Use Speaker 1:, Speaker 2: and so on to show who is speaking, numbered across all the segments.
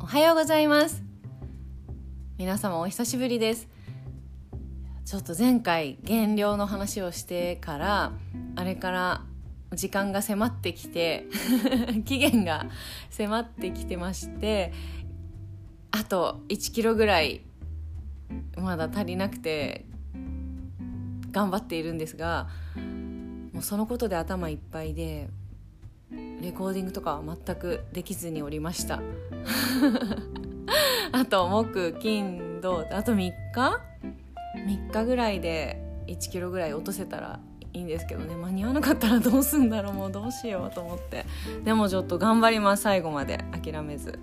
Speaker 1: はようございます皆様お久しぶりですちょっと前回減量の話をしてからあれから時間が迫ってきて 期限が迫ってきてましてあと1キロぐらいまだ足りなくて頑張っているんですがもうそのことで頭いっぱいでレコーディングとかは全くできずにおりました あと木金土あと3日3日ぐらいで1キロぐらい落とせたらいいんですけどね間に合わなかったらどうすんだろうもうどうしようと思ってでもちょっと頑張ります最後まで諦めず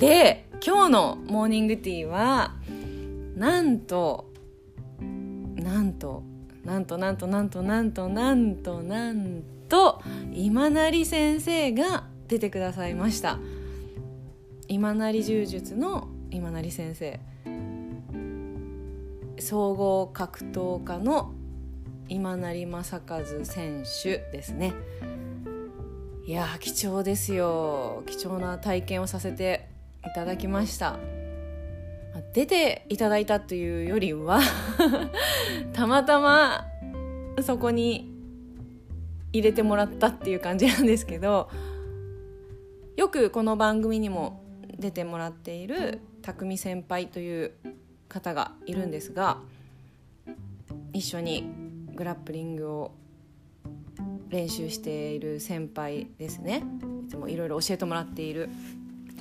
Speaker 1: で今日のモーニングティーはなんとなんとなんとなんとなんとなんとなんとなんと今成先生が出てくださいました今成柔術の今成先生総合格闘家の今成正和選手ですねいや貴重ですよ貴重な体験をさせていただきました出ていただいたというよりは たまたまそこに入れてもらったっていう感じなんですけどよくこの番組にも出てもらっている匠先輩という方がいるんですが一緒にグラップリングを練習している先輩ですねいつもいろいろ教えてもらっている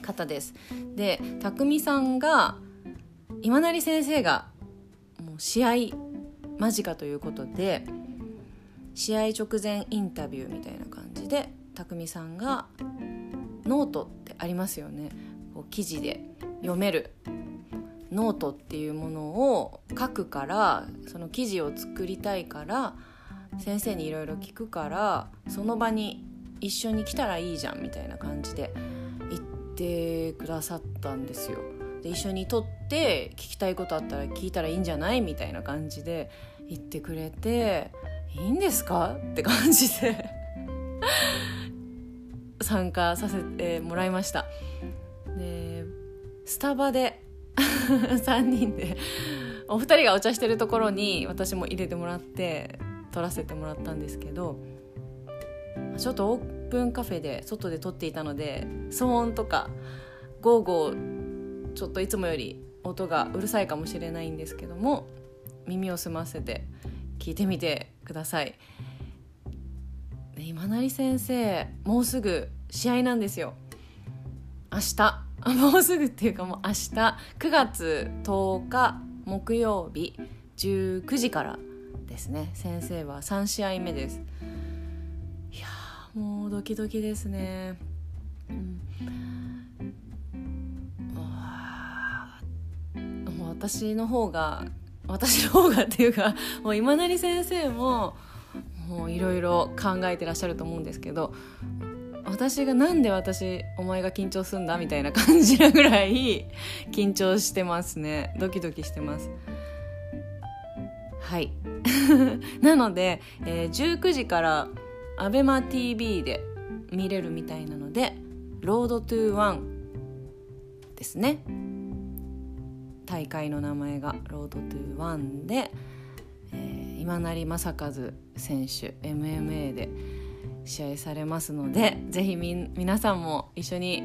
Speaker 1: 方ですで匠さんが今成先生がもう試合間近ということで試合直前インタビューみたいな感じで匠さんがノートってありますよねこう記事で読めるノートっていうものを書くからその記事を作りたいから先生にいろいろ聞くからその場に一緒に来たらいいじゃんみたいな感じで言ってくださったんですよ。で一緒に撮って聞きたいことあったら聞いたらいいんじゃないみたいな感じで言ってくれていいんですかって感じで参加させてもらいました。でスタバで 3人でお二人がお茶してるところに私も入れてもらって撮らせてもらったんですけどちょっとオープンカフェで外で撮っていたので騒音とかゴーゴーちょっといつもより音がうるさいかもしれないんですけども耳を澄ませて聞いてみてください。今成先生もうすぐ試合なんですよ明日もうすぐっていうかもう明日9月10日木曜日19時からですね先生は3試合目ですいやもうドキドキですねうんもう私の方が私の方がっていうかもう今成先生ももういろいろ考えてらっしゃると思うんですけど私がなんで私お前が緊張すんだみたいな感じなぐらい 緊張してますねドキドキしてますはい なので、えー、19時から ABEMATV で見れるみたいなので「ロードトゥーワン」ですね大会の名前が「ロードトゥーワンで」えー、今成正和選手 MMA で試合されますのでぜひみ皆さんも一緒に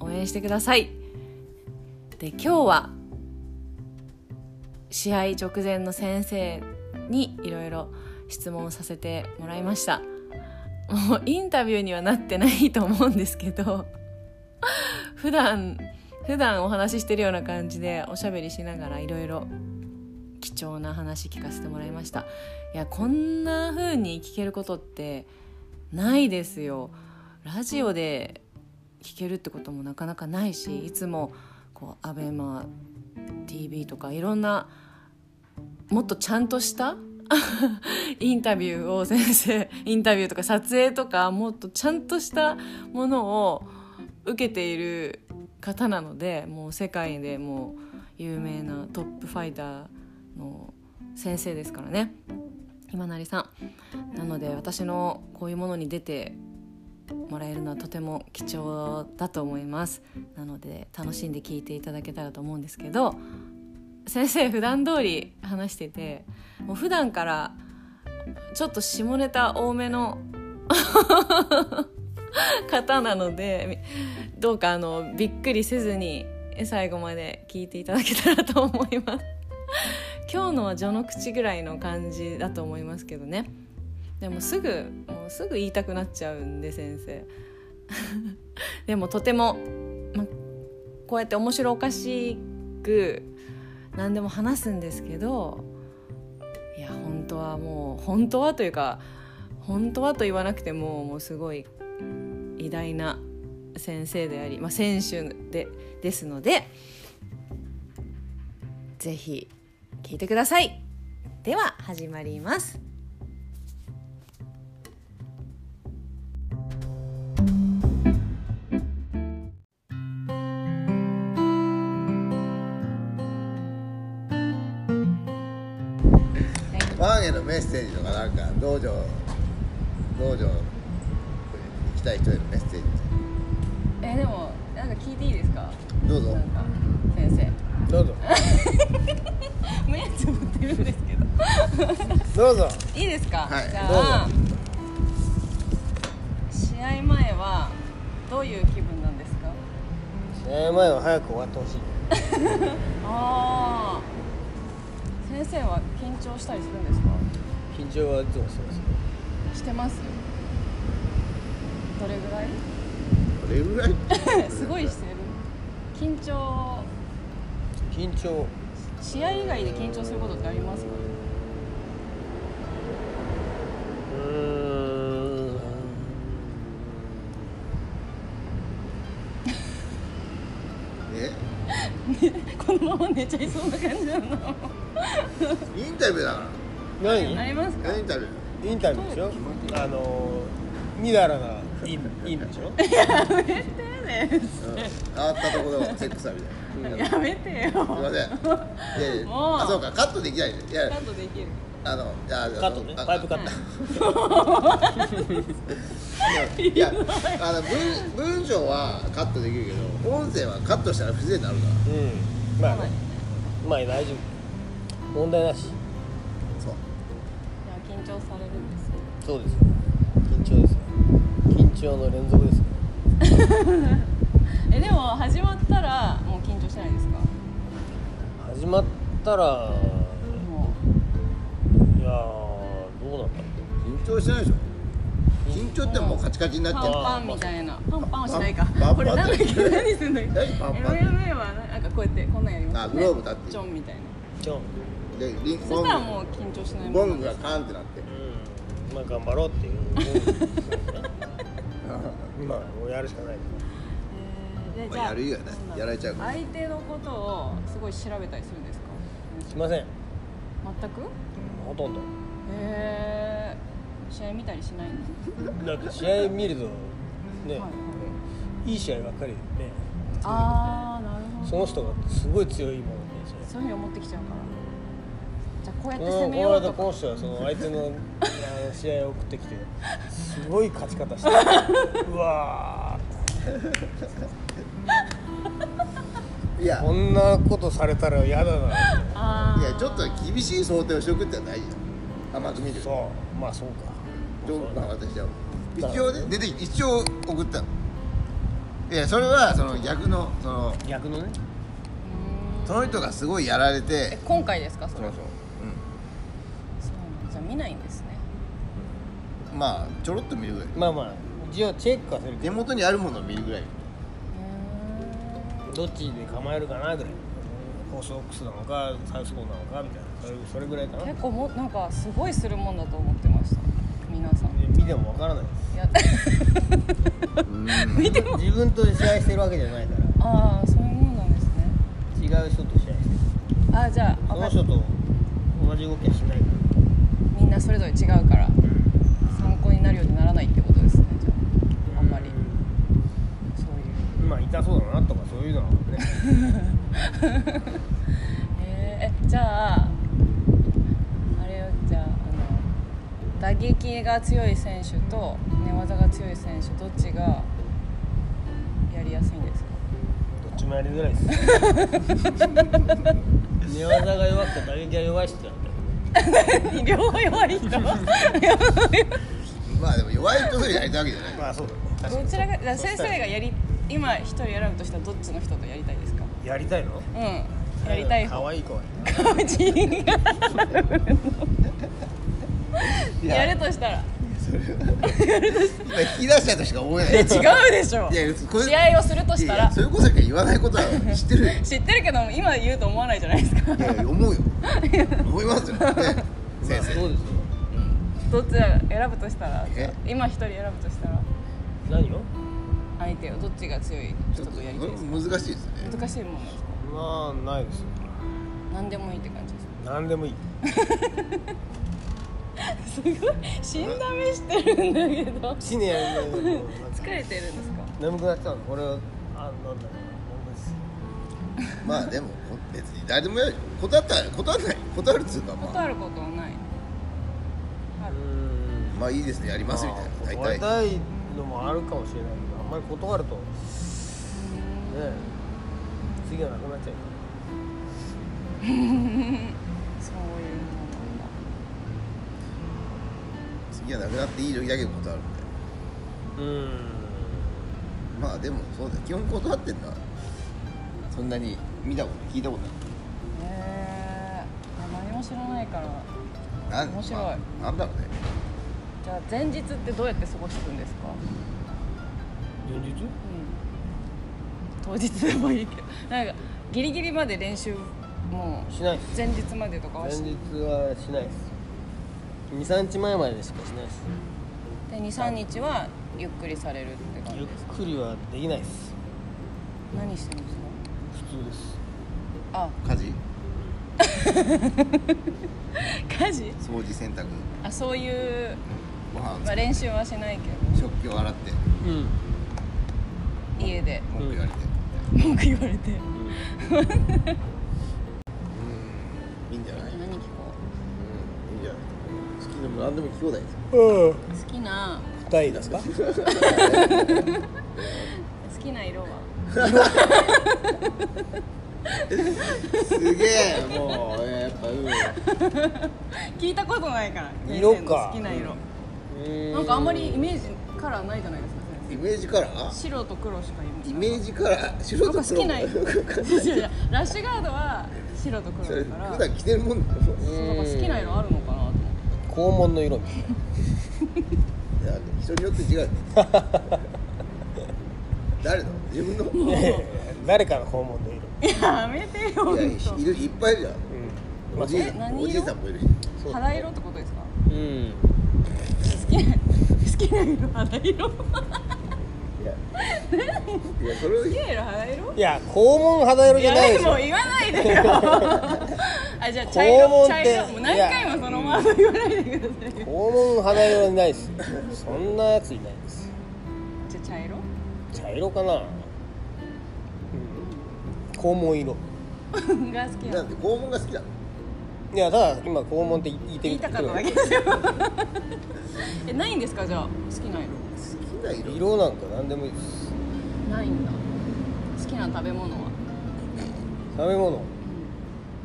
Speaker 1: 応援してくださいで今日は試合直前の先生にいろいろ質問させてもらいましたもうインタビューにはなってないと思うんですけど普段普段お話ししてるような感じでおしゃべりしながらいろいろ貴重な話聞かせてもらいましたいやこんな風に聞けることってないですよラジオで聞けるってこともなかなかないしいつもこう ABEMATV とかいろんなもっとちゃんとした インタビューを先生インタビューとか撮影とかもっとちゃんとしたものを受けている方なのでもう世界でもう有名なトップファイターの先生ですからね今成さんなので私のこういうものに出て
Speaker 2: もらえるのはとても貴重だと思いますなので楽しんで聞いていただけたらと思うんですけど先生普段通り話しててもう普段からちょっと下ネタ多めの 方なのでどうかあのびっくりせずに最後まで聞いていただけたらと思います 今日のは序の口ぐらいの感じだと思いますけどねでもすぐもうすぐ言いたくなっちゃうんで先生 でもとても、ま、こうやって面白おかしく何でも話すんですけどいや本当はもう本当はというか本当はと言わなくてももうすごい偉大な先生であり、まあ、選手でですのでぜひ聞いてくださいでは始まります
Speaker 3: ワーゲンのメッセージとかなんか道場道場行きたい人へのメッセージみ
Speaker 1: えでもなんか聞いていいですか
Speaker 3: たいなどうぞ
Speaker 1: なんか先生
Speaker 4: どうぞ
Speaker 1: 目つぶってるんですけど
Speaker 4: どうぞ
Speaker 1: いいですか、
Speaker 3: はい
Speaker 1: じゃあ試合前はどういう気分なんですか
Speaker 4: 試合前は早く終わってほしい
Speaker 1: ああ先生は緊張したりするんですか
Speaker 4: 緊張はいつもしますよ
Speaker 1: してますどれぐらい
Speaker 3: ど れぐらい
Speaker 1: すごいしてる緊張
Speaker 4: 緊張
Speaker 1: 試合以外で緊張することってありますか
Speaker 4: うーん
Speaker 3: え
Speaker 1: このまま寝ちゃいそうな感じなの
Speaker 3: インタビューだか
Speaker 1: あ
Speaker 4: 何
Speaker 1: りますから
Speaker 3: インタビュー
Speaker 4: インタビューでしょあのみだらなインインでしょ
Speaker 3: うん変わったところのチェックさみたいなす
Speaker 1: やめてよ
Speaker 3: いませんいやいや
Speaker 1: もう
Speaker 3: あそうかカットできないねいや
Speaker 1: カットできる
Speaker 3: あのいやあの
Speaker 4: カットね
Speaker 3: あ
Speaker 4: パイプカット
Speaker 3: いやあの文文章はカットできるけど音声はカットしたら不自然になるか
Speaker 4: うんまあねまあ大丈夫問題なし
Speaker 3: らそう
Speaker 1: いや緊張されるんですよ
Speaker 4: そうですよ緊張ですよ緊張の連続ですよ
Speaker 1: えでも始まったらもう緊張しないですか
Speaker 4: 始まったら
Speaker 1: も
Speaker 4: いやーどうなんだろう
Speaker 3: 緊張してないでしょ緊張ってもうカチカチにな
Speaker 1: う
Speaker 3: っ
Speaker 1: パ
Speaker 3: ちゃ
Speaker 1: ン
Speaker 3: う
Speaker 1: パンみたいなパンパンはしない
Speaker 3: パ
Speaker 1: か
Speaker 3: ンパン
Speaker 1: これなんだっけ何するんだっけ
Speaker 3: 何パンパン
Speaker 1: MMA はなんかこうやってこんなんやりますよね
Speaker 3: あグローブ立ってる
Speaker 1: ジョンみたいな
Speaker 4: じゃあ
Speaker 3: でリン
Speaker 1: そ
Speaker 3: ボ
Speaker 1: したら
Speaker 3: ン
Speaker 1: もう緊張しない
Speaker 3: グ
Speaker 1: もん
Speaker 3: ボ
Speaker 1: な
Speaker 3: ン
Speaker 1: ん
Speaker 3: グ
Speaker 1: で
Speaker 3: が
Speaker 1: す
Speaker 3: カーンってなって
Speaker 4: うんまあ頑張ろうっていう まあもうやるしかない
Speaker 1: えーで
Speaker 3: まあやる以外ね
Speaker 1: そうだ
Speaker 3: やられちゃうから
Speaker 1: 相手のことをすごい調べたりするんですか
Speaker 4: しません
Speaker 1: 全く
Speaker 4: ほとんど
Speaker 1: へえ試合見たりしないんです
Speaker 4: だって試合見るとね
Speaker 1: か、はい
Speaker 4: いい試合ばっかりでね
Speaker 1: ああなるほど
Speaker 4: その人がすごい強いもので試
Speaker 1: そ
Speaker 4: 合
Speaker 1: ういうふうに思ってきちゃうからじゃあこうやって
Speaker 4: こ
Speaker 1: 攻
Speaker 4: の
Speaker 1: め
Speaker 4: この
Speaker 1: よう
Speaker 4: 間
Speaker 1: と
Speaker 4: こ
Speaker 1: か
Speaker 4: の人はその相手のあの試合を送ってきてすごい勝ち方 してうわ
Speaker 3: いや
Speaker 4: ーこんなことされたら嫌だなって
Speaker 1: あ
Speaker 3: い
Speaker 1: ー
Speaker 3: やちょっと厳しい想定をしておくってのは大事だ甘く見る
Speaker 4: そうまあそうか
Speaker 3: どうまあ私は一応ね出てき一応送ったのいやそれはその逆のその
Speaker 4: 逆のね
Speaker 3: その人がすごいやられて
Speaker 1: 今回ですかそれ
Speaker 3: そう
Speaker 1: そうなんじゃあ見ないんですね
Speaker 3: うんまあちょろっと見るぐらい
Speaker 4: まあまあ一応チェックはするけ
Speaker 3: 手元にあるものを見るぐらい
Speaker 4: どどっちで構えるかなぐらいフォースオックスなのかサウスポーなのかみたいなそれそれぐらいかな
Speaker 1: 結構もなんかすごいするもんだと思ってました皆さん
Speaker 4: で見てもわからない
Speaker 1: いや
Speaker 3: うん
Speaker 1: 見ても
Speaker 4: 自分と試合してるわけじゃないから
Speaker 1: ああそういうもんなんですね
Speaker 4: 違う人と試合してる
Speaker 1: あーじゃあ
Speaker 4: そ
Speaker 1: わかっ
Speaker 4: の人と同じ動きはしないか
Speaker 1: みんなそれぞれ違うから参考になるようにならないってことですねじゃ
Speaker 4: ら
Speaker 1: ああんまりそういう
Speaker 4: まあ痛そうだなとかそういうのはね
Speaker 1: えーえじゃああれをじゃああの打撃体が強い選手と寝技が強い選手どっちがやりやすいんですか
Speaker 4: どっちもやりづら いです寝技が弱くて打撃が弱い人なんだよ
Speaker 1: 両方弱い 人
Speaker 3: まあでも弱い人とやりたいわけじ ゃない
Speaker 4: まあそうだね確か
Speaker 1: ど
Speaker 4: に
Speaker 1: ちらがじゃあ先生がやり今一人選ぶとしたらどっちの人とやりたいですか
Speaker 4: やりたいの
Speaker 1: うんやりたい方
Speaker 4: 可愛い子がい
Speaker 1: やるとしたら
Speaker 3: 今引き出したとしか思えない
Speaker 1: 違うでしょ
Speaker 3: いやこれ
Speaker 1: 試合をするとした
Speaker 3: いやい
Speaker 1: ら
Speaker 3: やそれこそ言わないことは知ってる よ
Speaker 1: 知ってるけど今言うと思わないじゃないです か
Speaker 3: いやいや思うよ思い ますよね
Speaker 4: い
Speaker 3: 先
Speaker 4: ま
Speaker 3: 生
Speaker 4: あそうですよ
Speaker 1: どちら選ぶとしたら
Speaker 3: え
Speaker 1: 今一人選ぶとしたら
Speaker 4: 何を
Speaker 1: 相手をどっちが強い
Speaker 3: ち
Speaker 1: 人
Speaker 3: ょっと
Speaker 1: とやりたいですか
Speaker 3: 難しいですね
Speaker 1: 難しいものですか
Speaker 4: まあないですよ
Speaker 1: 何でもいいって感じで
Speaker 4: 何でもいい
Speaker 1: す死んだ目してるんだけど
Speaker 4: 死ねやりたいよ
Speaker 1: 疲れてるんですか
Speaker 4: 眠くなってたの俺はあなんだろうな眠いっす
Speaker 3: まあでも別に誰でもやるよ断ったら断らない断るっつうかまあ
Speaker 1: 断ることはない
Speaker 4: うーん
Speaker 3: まあいいですねやりますみたい
Speaker 4: 断
Speaker 3: な大
Speaker 4: り
Speaker 3: 体
Speaker 4: たいのもあるかもしれないけどあんまり断るとねえ次がなくなっちゃうか
Speaker 1: そういうものなんだ
Speaker 3: 次はなくなっていい時だけ断るみたい
Speaker 4: らうーん
Speaker 3: なまあでもそうだよ基本断ってんのはそんなに見たこと聞いたことない
Speaker 1: へえ何も知らないから
Speaker 3: なん
Speaker 1: 面白い
Speaker 3: まあなんだろうね
Speaker 1: じゃあ前日ってどうやって過ごしてるんですか、
Speaker 4: 前日
Speaker 1: 当日でもいいけどなんかギリギリまで練習もう
Speaker 4: しないっす
Speaker 1: 前日までとか
Speaker 4: 前
Speaker 1: はし
Speaker 4: 日はしないです23日前までしかしないです
Speaker 1: で23日はゆっくりされるって感じ
Speaker 4: ゆっくりはできないです
Speaker 1: 何してるんですか
Speaker 4: 普通です
Speaker 1: あ
Speaker 3: 家事
Speaker 1: 家事
Speaker 3: 掃除洗濯
Speaker 1: あそういう、
Speaker 3: ご飯
Speaker 1: まあ、練習はしないけ
Speaker 3: 食器を洗って
Speaker 4: うん
Speaker 1: ど家で
Speaker 3: 文句言われて
Speaker 1: 文句言われて
Speaker 3: いいんじゃない
Speaker 1: 何聞こ
Speaker 3: いいんじゃない好きでも何でも聞こうだいです
Speaker 4: うん
Speaker 1: う好きな
Speaker 4: 二人ですか
Speaker 1: 好きな色は
Speaker 3: すげえもうやっぱうん
Speaker 1: 聞いたことないから
Speaker 4: 色か
Speaker 1: 先生の好きな色、なんかあんまりイメージカラーないじゃないですか先
Speaker 3: イメージカラー
Speaker 1: 生白と黒しか
Speaker 3: イ
Speaker 1: イメ
Speaker 3: メ
Speaker 1: ージ
Speaker 3: ージカラー白
Speaker 1: なん
Speaker 3: と
Speaker 1: か好き
Speaker 3: 黒
Speaker 1: な色 違う違うラッシュガードは白と
Speaker 3: そ
Speaker 1: 黒
Speaker 3: れ
Speaker 1: だ
Speaker 3: 普
Speaker 1: から
Speaker 3: 段着てるもんだ
Speaker 1: な
Speaker 3: よ
Speaker 1: んか好きな色あるのかなと思って
Speaker 4: 肛門の色みたいない
Speaker 3: や人によって違うね 誰の自分の
Speaker 4: い
Speaker 3: い
Speaker 4: やいやいや誰かの肛門の色
Speaker 1: やめてよ
Speaker 3: やいるいっぱいいるじゃん
Speaker 4: うん
Speaker 3: おじい
Speaker 1: え
Speaker 3: さん
Speaker 1: 何色
Speaker 3: おじいさんもいるし
Speaker 4: そう
Speaker 1: 肌色ってことですか
Speaker 4: うん
Speaker 1: 好きな好きな色肌色好
Speaker 3: いやいやそれを
Speaker 1: きな色肌色
Speaker 4: いや肛門肌色
Speaker 1: い
Speaker 4: じゃ
Speaker 1: や
Speaker 4: ないでしょ
Speaker 1: もう言わないでよあじゃあ茶色
Speaker 4: 肛門
Speaker 1: 茶
Speaker 4: って
Speaker 1: 色もう何回もそのワード言わないでくださいよ
Speaker 4: 肛門肌色いないですそんなやついないです
Speaker 1: じゃあ茶色
Speaker 4: 茶色かな、うん、肛門色
Speaker 1: が好きな
Speaker 3: な
Speaker 1: の
Speaker 3: んで肛門が好きだ
Speaker 4: いやただ今肛門って言って
Speaker 1: 言
Speaker 4: み
Speaker 1: いたかっただけですよえないんですかじゃあ好きな色
Speaker 3: 好きな色
Speaker 4: 色なんか何でもいいです
Speaker 1: ないんだ好きな食べ物は
Speaker 4: 食べ物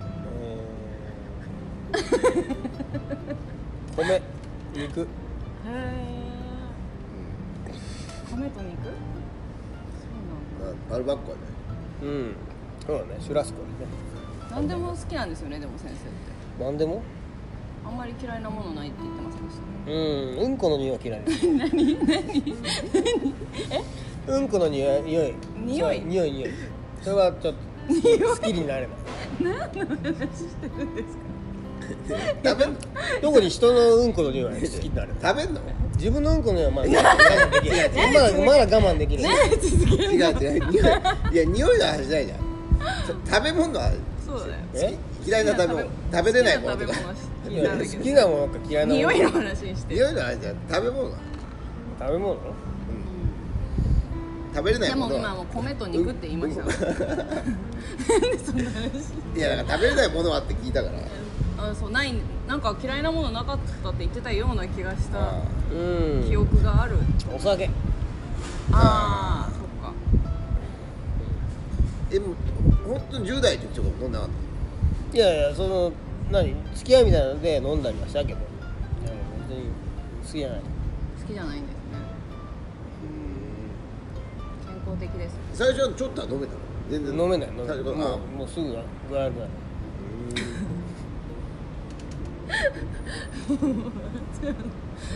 Speaker 4: えー米肉
Speaker 1: へえ米と肉そう
Speaker 3: あアルバッコはね
Speaker 4: うんそうだねシュラスコね
Speaker 1: なんだ何でも好きなんですよねでも先生って
Speaker 4: 何でも
Speaker 1: あんまり嫌いなものないって言ってませんでし
Speaker 4: うんうんこの匂いは嫌いです 何何何えうんこの匂い匂
Speaker 1: 匂い
Speaker 4: いそう匂い匂いそれはちょっと好きになれな
Speaker 1: た
Speaker 4: い
Speaker 1: んですか
Speaker 3: 食べんの
Speaker 4: 特に人のうんこの匂いは好きに なれない
Speaker 3: 食べんの
Speaker 4: 自分のうんこの匂いは まだ我慢できないまだまだ我慢できない
Speaker 3: 違う違う匂いいや匂いの話じゃないじゃんそ食べ物の話
Speaker 1: そうだよ
Speaker 4: え
Speaker 3: 嫌いな食べ物食べれないものとか
Speaker 1: 好き
Speaker 4: い
Speaker 1: な食べ物は好きな
Speaker 4: や
Speaker 1: んだけ
Speaker 4: 好
Speaker 1: ど
Speaker 4: きなものか嫌いなも
Speaker 1: 匂
Speaker 4: の
Speaker 1: いの話にして
Speaker 3: 匂いの話じゃん食べ物の話
Speaker 4: 食べ物
Speaker 3: 食べれな
Speaker 1: で
Speaker 3: いも
Speaker 1: も
Speaker 3: のは
Speaker 1: 今もう米と肉って言い ましたよなんでそんな話
Speaker 3: いやなんか食べれないものはって聞いたから
Speaker 1: あそうないなんか嫌いなものなかったって言ってたような気がした
Speaker 4: うん
Speaker 1: 記憶がある、
Speaker 4: お酒
Speaker 1: ああそっか
Speaker 3: えもう本当に10代の時とかも飲んでなかっ
Speaker 4: いやいやその何付き合いみたいなので飲んだりはしたけどいや本当に好きじゃない
Speaker 1: 好きじゃないんですね健康的です
Speaker 3: た最初はちょっとは飲めたの全然
Speaker 4: 飲めない飲めない
Speaker 3: 最初から
Speaker 4: もうもうすぐ具合悪くなる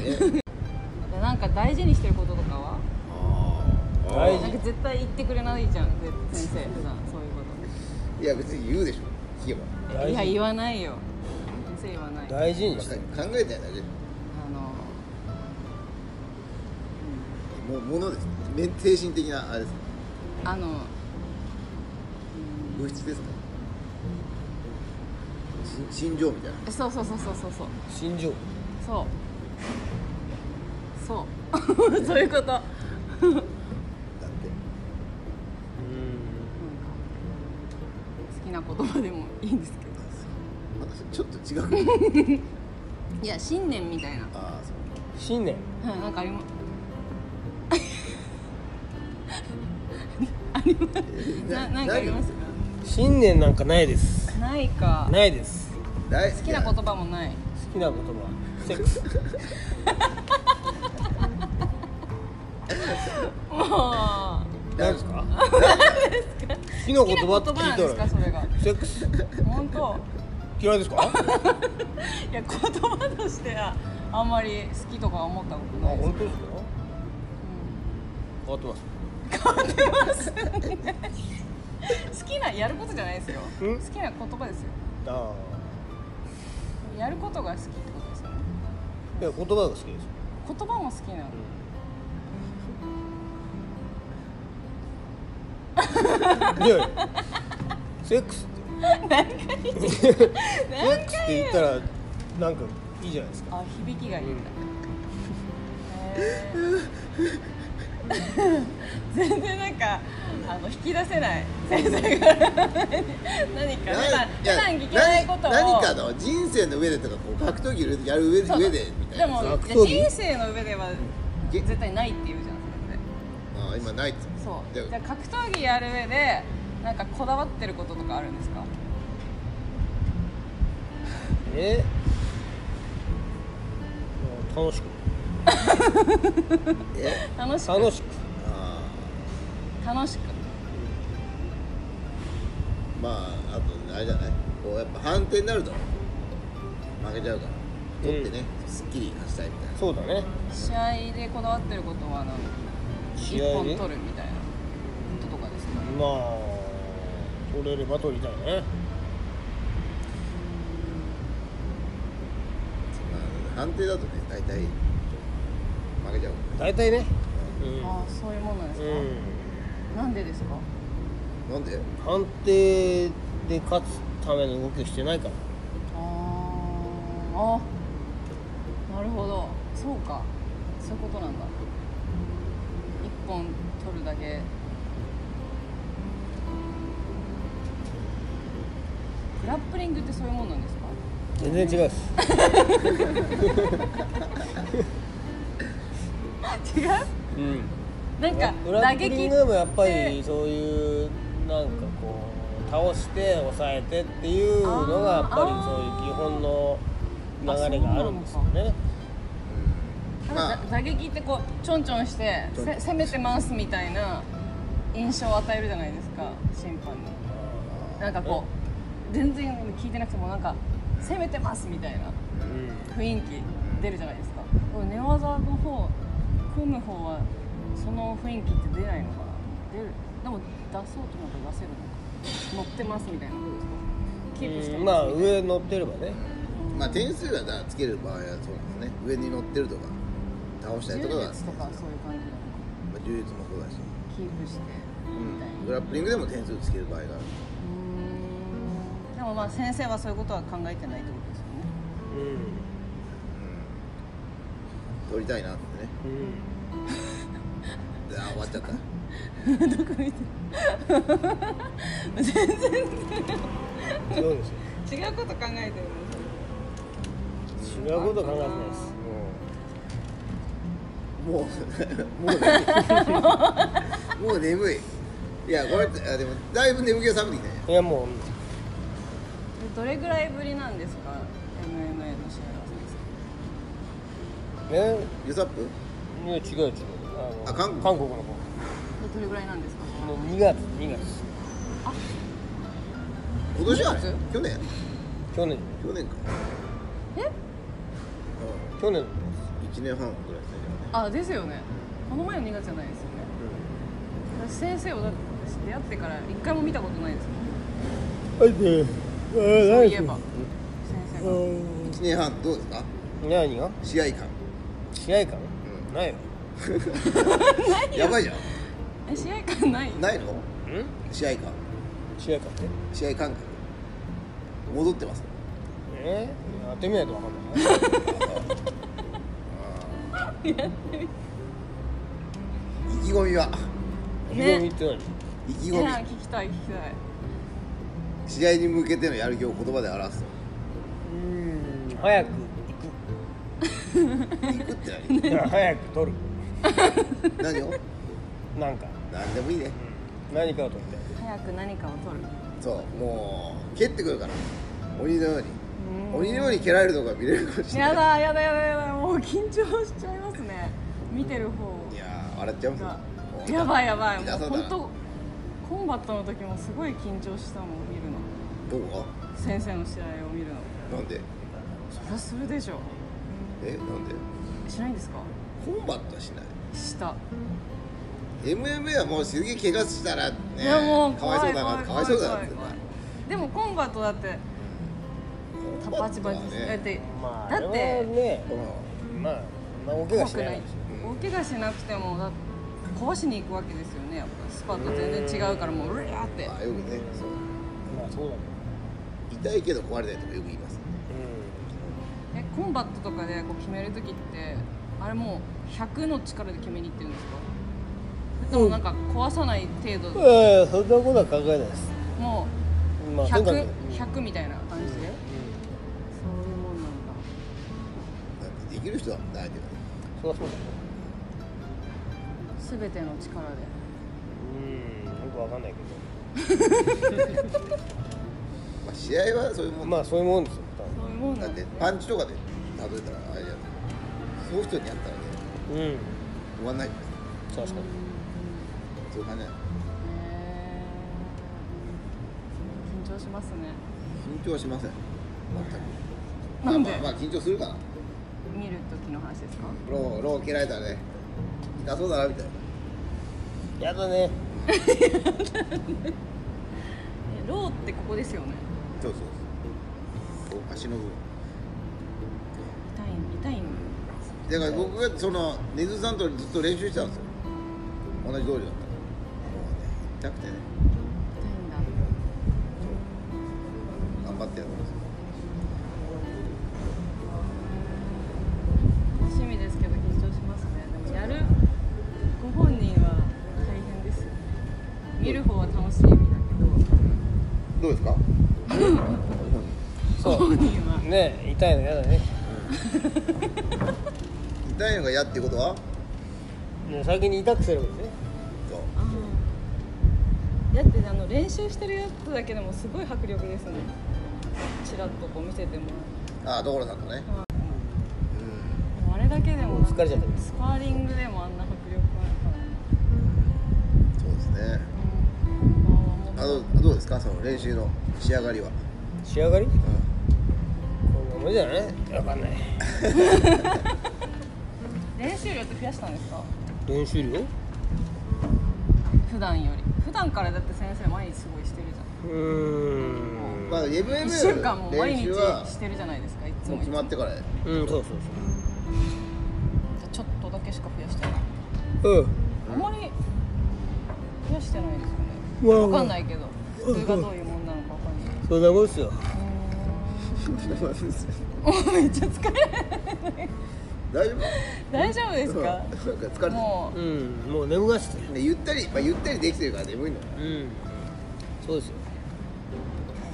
Speaker 1: でなんか大事にしてることとかは
Speaker 3: あー
Speaker 4: 大
Speaker 1: なんか絶対言ってくれないじゃん絶先生普段そういうこ
Speaker 3: いや別に言うでしょ聞けば
Speaker 1: と
Speaker 4: 大
Speaker 1: いや
Speaker 4: 事
Speaker 1: 言わないよ先生言わないあ
Speaker 4: 大事にして
Speaker 3: 考えたやだけ
Speaker 1: の
Speaker 3: もうものですめ精神的なあれです
Speaker 1: あの
Speaker 3: 物質ですかし心情みたいな
Speaker 1: えそうそうそうそうそうそう
Speaker 4: 心情
Speaker 1: そうそう そういうことなんか
Speaker 3: だって
Speaker 4: うん
Speaker 1: 好きな言葉でもいいんですけど
Speaker 3: またちょっと違うかも
Speaker 1: いや信念みたいな
Speaker 3: ああそう
Speaker 4: 信念
Speaker 1: はいなんかありますありますななんかあります
Speaker 4: 信念なんかないです
Speaker 1: ないか
Speaker 4: ないです
Speaker 3: 大
Speaker 1: 好きな言葉もない
Speaker 4: 好きな言葉セック ス
Speaker 1: も
Speaker 4: 何ですか好きな
Speaker 1: う好
Speaker 4: 言
Speaker 1: きな
Speaker 4: 葉って
Speaker 1: 言葉なんです
Speaker 4: 聞い
Speaker 1: か
Speaker 4: た
Speaker 1: そ
Speaker 4: ら
Speaker 1: れが
Speaker 4: セックス
Speaker 1: 本当
Speaker 4: 嫌いですかあ
Speaker 1: いや言葉としてはあんまり好きとか思ったことないです
Speaker 4: 本当ですか変わってます
Speaker 1: 好きなやることじゃないですよ
Speaker 4: うん
Speaker 1: 好きな言葉ですよ
Speaker 4: あ
Speaker 1: やることが好きってことですよね
Speaker 4: あいや言葉が好きです
Speaker 1: 言葉も好きなの
Speaker 4: いやいやセックスってセックスって言ったらなんかいいじゃないですか
Speaker 1: あ響きがいいんだ、へー全然なんかあの引き出せない先生が何か普段普段聞けないことを
Speaker 3: 何かの人生の上でとかこう格闘技やる上で
Speaker 1: そう
Speaker 3: 上でみたいな
Speaker 1: でも
Speaker 4: 格闘技
Speaker 1: 人生の上では
Speaker 3: え
Speaker 1: 絶対ないって言うじゃん
Speaker 3: ああ今ないっつ
Speaker 1: 先生そう
Speaker 3: で
Speaker 1: じゃあ格闘技やる上でなんかこだわってることとかあるんですか
Speaker 4: え楽しく
Speaker 3: え
Speaker 1: 楽しく
Speaker 4: 楽しく
Speaker 3: あ
Speaker 1: 楽しく
Speaker 3: あまああとあれじゃないこうやっぱ反転になると負けちゃうから取ってね、すっきり勝ちたいみたいな
Speaker 4: そうだね
Speaker 1: 試合でこだわってることは何
Speaker 4: 試
Speaker 1: 一
Speaker 4: 合
Speaker 1: 本
Speaker 4: で
Speaker 1: 取るみたいなこととかですか
Speaker 4: まあ取れれば取りたいね
Speaker 3: まあ判定だとね大体負けちゃうか
Speaker 4: 大体ねうん
Speaker 1: ああそういうものですか、なんでですから
Speaker 3: なんで
Speaker 4: うん判定で勝つための動きをしてないから
Speaker 1: あーあなるほどそうかそういうことなんだ一本取るだけグラップリングってそういうもんなんですか
Speaker 4: 全然違うっす
Speaker 1: 違う
Speaker 4: うん
Speaker 1: なんか
Speaker 4: グラ
Speaker 1: 打
Speaker 4: ップリ
Speaker 1: 撃
Speaker 4: ングもやっぱりそういうなんかこう倒して抑えてっていうのがやっぱりそういう基本の流れがあるんですよね
Speaker 3: まあ
Speaker 1: だ打撃ってこうちょんちょんして
Speaker 3: ちょんちょん
Speaker 1: せ攻めてますみたいな印象を与えるじゃないですか審判になんかこう全然聞いてなくてもなんか攻めてますみたいな
Speaker 4: う
Speaker 1: 雰囲気出るじゃないですかでも寝技の方組む方はその雰囲気って出ないのかな出るでも出そうと思ったら出せるのか乗ってますみたいなことですかキープして
Speaker 4: ん、
Speaker 1: ま
Speaker 4: ますあ
Speaker 1: みたいな
Speaker 4: 上乗ってればね
Speaker 3: まあ点数がだつける場合はそうですね上に乗ってるとか倒したりとか
Speaker 1: 柔
Speaker 3: が
Speaker 1: 術とかはそういう感じなのか
Speaker 3: まあ、柔術もそうだし、
Speaker 1: キープしてみたいな
Speaker 3: グラップリングでも点数つける場合がある
Speaker 1: うーんでもまあ先生はそういうことは考えてないってことですよね
Speaker 4: う
Speaker 3: 取りたいなってね
Speaker 4: ん、うん
Speaker 3: であー終わっちゃった
Speaker 4: そうですよ
Speaker 1: 違うこと考えてるんです
Speaker 4: 違うことは考えてないです
Speaker 3: もうも う眠いもう眠いいやこれってあでもだいぶ眠気が覚めてきた
Speaker 4: う
Speaker 3: ね
Speaker 4: んいやもう
Speaker 1: でどれぐらいぶりなんですか MMA の試合はそうです
Speaker 4: ね
Speaker 3: ユサップ
Speaker 4: いや違う違う
Speaker 3: あ韓国
Speaker 4: 韓国の方
Speaker 1: かどれぐらいなんですか
Speaker 4: もう2月2月
Speaker 3: 今年はね
Speaker 1: いつ
Speaker 3: 去年
Speaker 4: 去年
Speaker 3: 去年か
Speaker 1: え
Speaker 4: 去年の
Speaker 3: 1年半ぐらいですね
Speaker 1: あですよねこの前の2月じゃないですよね私先生をだって出会ってから一回も見たことないですもん
Speaker 4: はいで
Speaker 1: そういえば先生が
Speaker 3: 1年半どうですか
Speaker 4: 何が
Speaker 3: 試合感
Speaker 4: 試合かなないよ
Speaker 3: やばいじゃ
Speaker 1: え試合感ない
Speaker 3: んないの
Speaker 4: うん
Speaker 3: 試合感
Speaker 4: 試合かって
Speaker 3: 試合感覚戻ってます
Speaker 4: えやってみないとわかんないね
Speaker 3: 意気込みは
Speaker 4: 意気込みって何
Speaker 3: 意気
Speaker 1: い
Speaker 3: 込み
Speaker 1: や聞きたい聞きたい
Speaker 3: 試合に向けてのやる気を言葉で表す
Speaker 4: うん早く
Speaker 3: と行くって何
Speaker 4: 行く 早く取る
Speaker 3: 何を
Speaker 4: なんか
Speaker 3: 何でもいいね
Speaker 4: 何かを取りたい
Speaker 1: 早く何かを取る
Speaker 3: そうもう蹴ってくるから鬼のように鬼のように蹴られるとこが見れるかもしれない
Speaker 1: やだやだやだやだもう緊張しちゃいますね見てる方
Speaker 3: いやー笑っちゃうもん
Speaker 1: が
Speaker 3: もう
Speaker 1: やばいやばいも
Speaker 3: 皆
Speaker 1: う
Speaker 3: さんだ
Speaker 1: 本当コンバットの時もすごい緊張したもん見るの
Speaker 3: どうは
Speaker 1: 先生の試合を見るの
Speaker 3: なんで
Speaker 1: そりゃするでしょ
Speaker 3: えなんで
Speaker 1: しないんですか
Speaker 3: コンバットはしない
Speaker 1: した、
Speaker 3: MMA はもうすげえ怪我したらね
Speaker 1: いやもう
Speaker 3: かわいそうだなかわいそうだな
Speaker 1: 怖
Speaker 3: っ
Speaker 1: い
Speaker 3: て
Speaker 1: 怖いでもコンバットだってタ
Speaker 3: コン
Speaker 1: バ
Speaker 3: バ
Speaker 1: チ
Speaker 3: ットは
Speaker 1: バチですだっ
Speaker 3: ね
Speaker 1: て、
Speaker 4: まあ
Speaker 1: だっ
Speaker 4: あれは
Speaker 1: て
Speaker 4: ね
Speaker 3: う
Speaker 4: まあまあ大怪我
Speaker 1: 怖
Speaker 4: し
Speaker 1: く
Speaker 4: な
Speaker 1: ないい
Speaker 4: でし
Speaker 3: うん
Speaker 1: 大怪我しなくてもだって壊しに行くわけですよねやっぱスパと全然違うからもううりゃーって
Speaker 3: んまあよくねそう
Speaker 4: ょまあそうだね
Speaker 3: 痛いけど壊れないとかよく言います
Speaker 1: えコンバットとかでこう決める時ってあれもう100の力で決めにいってるんですかでもなんか壊さない程度、
Speaker 4: うんええそんなことは考えないです
Speaker 1: もう
Speaker 4: まあとにかく
Speaker 1: 100, 100みたいな感じで、そういうもんなんだ
Speaker 3: なんかできる人だもんね相手がね
Speaker 4: そうそうだね
Speaker 1: 全ての力で
Speaker 4: うんよくわかんないけ
Speaker 3: まあ試合はそういうも
Speaker 4: ど
Speaker 3: んだ
Speaker 4: まあそういうもんですよ
Speaker 1: そういうもん
Speaker 3: だ
Speaker 1: な
Speaker 3: っ
Speaker 1: んだ
Speaker 3: てパンチとかで例えたらあれじゃんそういう人にやったらね
Speaker 4: うん
Speaker 3: 終わんないじゃない
Speaker 4: 確かに
Speaker 3: ですかそういう感じなの
Speaker 1: へー緊張しますね
Speaker 3: 緊張はしません全く
Speaker 1: なんで
Speaker 3: まあまあまあ緊張するかな
Speaker 1: 見る時の話ですか
Speaker 3: ローロー蹴られたらね痛そうだなみたいな
Speaker 4: やだね
Speaker 1: えローってここですよね
Speaker 3: そうそうそう足の部分
Speaker 1: 痛い痛いん
Speaker 3: だから僕がその根津さんとずっと練習してたんですよ同じ道理だったからもうね痛くて
Speaker 1: 痛い
Speaker 3: ね
Speaker 1: んだ
Speaker 3: 頑張ってやるんです
Speaker 1: 楽し
Speaker 3: よ
Speaker 1: みですけど緊張しますねでもやるご本人は大変ですよね見る方は楽しみだけ
Speaker 3: どうですか
Speaker 4: そ
Speaker 1: ど
Speaker 4: う
Speaker 1: 本人は
Speaker 4: ね痛いのやだね
Speaker 3: 痛いのが嫌ってことは
Speaker 4: ね先に痛くするんですね
Speaker 3: そう
Speaker 1: あーだってあの練習してるやつだけでもすごい迫力ですねちらっとこう見せても
Speaker 3: ああ所さんとね
Speaker 1: ら
Speaker 3: う
Speaker 1: うもうあれだけでも
Speaker 4: もう疲れちゃってる
Speaker 1: スパーリングでもあんな迫力あるから
Speaker 3: んそうですね
Speaker 1: うん
Speaker 3: あのどうですかその練習の仕上がりは、
Speaker 4: 仕上がり
Speaker 3: う
Speaker 4: こんなもんじゃないわかんない
Speaker 1: 練習量って増やしたんですか
Speaker 4: 練習量
Speaker 1: 普段より普段からだって先生毎日すごいしてるじゃん
Speaker 4: うーん
Speaker 3: ん、まあ MMA
Speaker 1: 一週間も
Speaker 3: の
Speaker 1: 毎
Speaker 3: 練
Speaker 1: 日
Speaker 3: 習は
Speaker 1: してるじゃないですかいつ
Speaker 3: もう
Speaker 1: もいつ
Speaker 3: 決
Speaker 1: も
Speaker 3: まって から
Speaker 4: うんそうそ
Speaker 1: じゃ
Speaker 4: う
Speaker 1: あちょっとだけしか増やしてない
Speaker 4: そう
Speaker 1: あまり増やしてないですよ
Speaker 4: うわ
Speaker 1: ねわかんないけど普通がどういうもんなのかわかんない
Speaker 4: うんそんなもんっすよ
Speaker 1: もうめっちゃ疲れる
Speaker 3: 大丈夫
Speaker 1: 大丈夫ですか
Speaker 3: うんなんか疲れてる
Speaker 1: も
Speaker 4: う
Speaker 1: うん
Speaker 4: もう眠がしてる
Speaker 3: ねゆったり、まあ、ゆったりできてるから眠いの
Speaker 4: うんそうですよ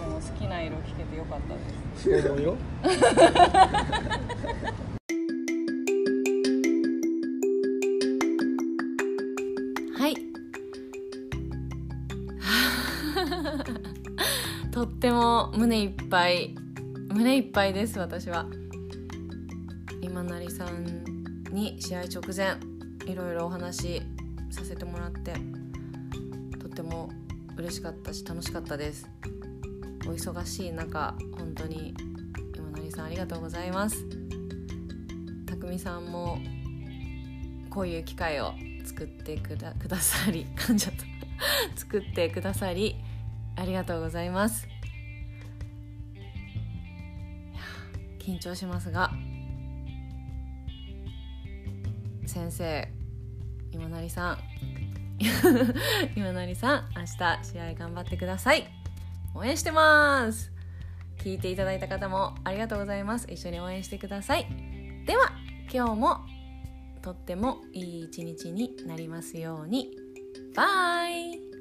Speaker 1: でも好きな色聞けてよかったです
Speaker 4: そう思うよ
Speaker 2: はい。 とっても胸いっぱい胸いっぱいです私は今成さんに試合直前いろいろお話しさせてもらってとっても嬉しかったし楽しかったですお忙しい中本当に今成さんありがとうございますたくみさんもこういう機会を作ってくだくださり噛んじゃった作ってくださりありがとうございますいや緊張しますが先生今成さん今成さん明日試合頑張ってください応援してます聞いていただいた方もありがとうございます一緒に応援してくださいでは今日もとってもいい一日になりますようにバイ